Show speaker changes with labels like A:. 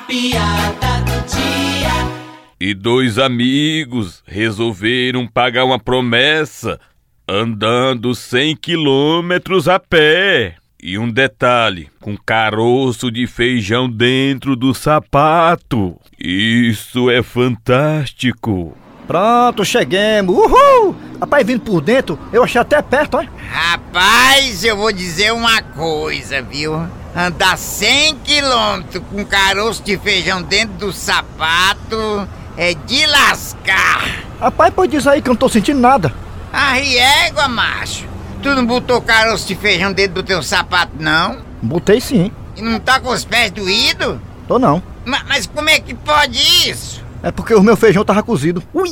A: piada do dia.
B: E dois amigos resolveram pagar uma promessa andando 100 quilômetros a pé. E um detalhe, com caroço de feijão dentro do sapato. Isso é fantástico.
C: Pronto, cheguemos. Uhul! Rapaz, vindo por dentro, eu achei até perto, ó.
D: Rapaz, eu vou dizer uma coisa, viu? Andar 100 quilômetros com caroço de feijão dentro do sapato é de lascar.
C: Rapaz, pois diz aí que eu não tô sentindo nada.
D: A riégua, macho. Tu não botou caroço de feijão dentro do teu sapato, não?
C: Botei sim,
D: E não tá com os pés doídos?
C: tô não.
D: Ma- Mas como é que pode isso?
C: É porque o meu feijão tava cozido. Ui!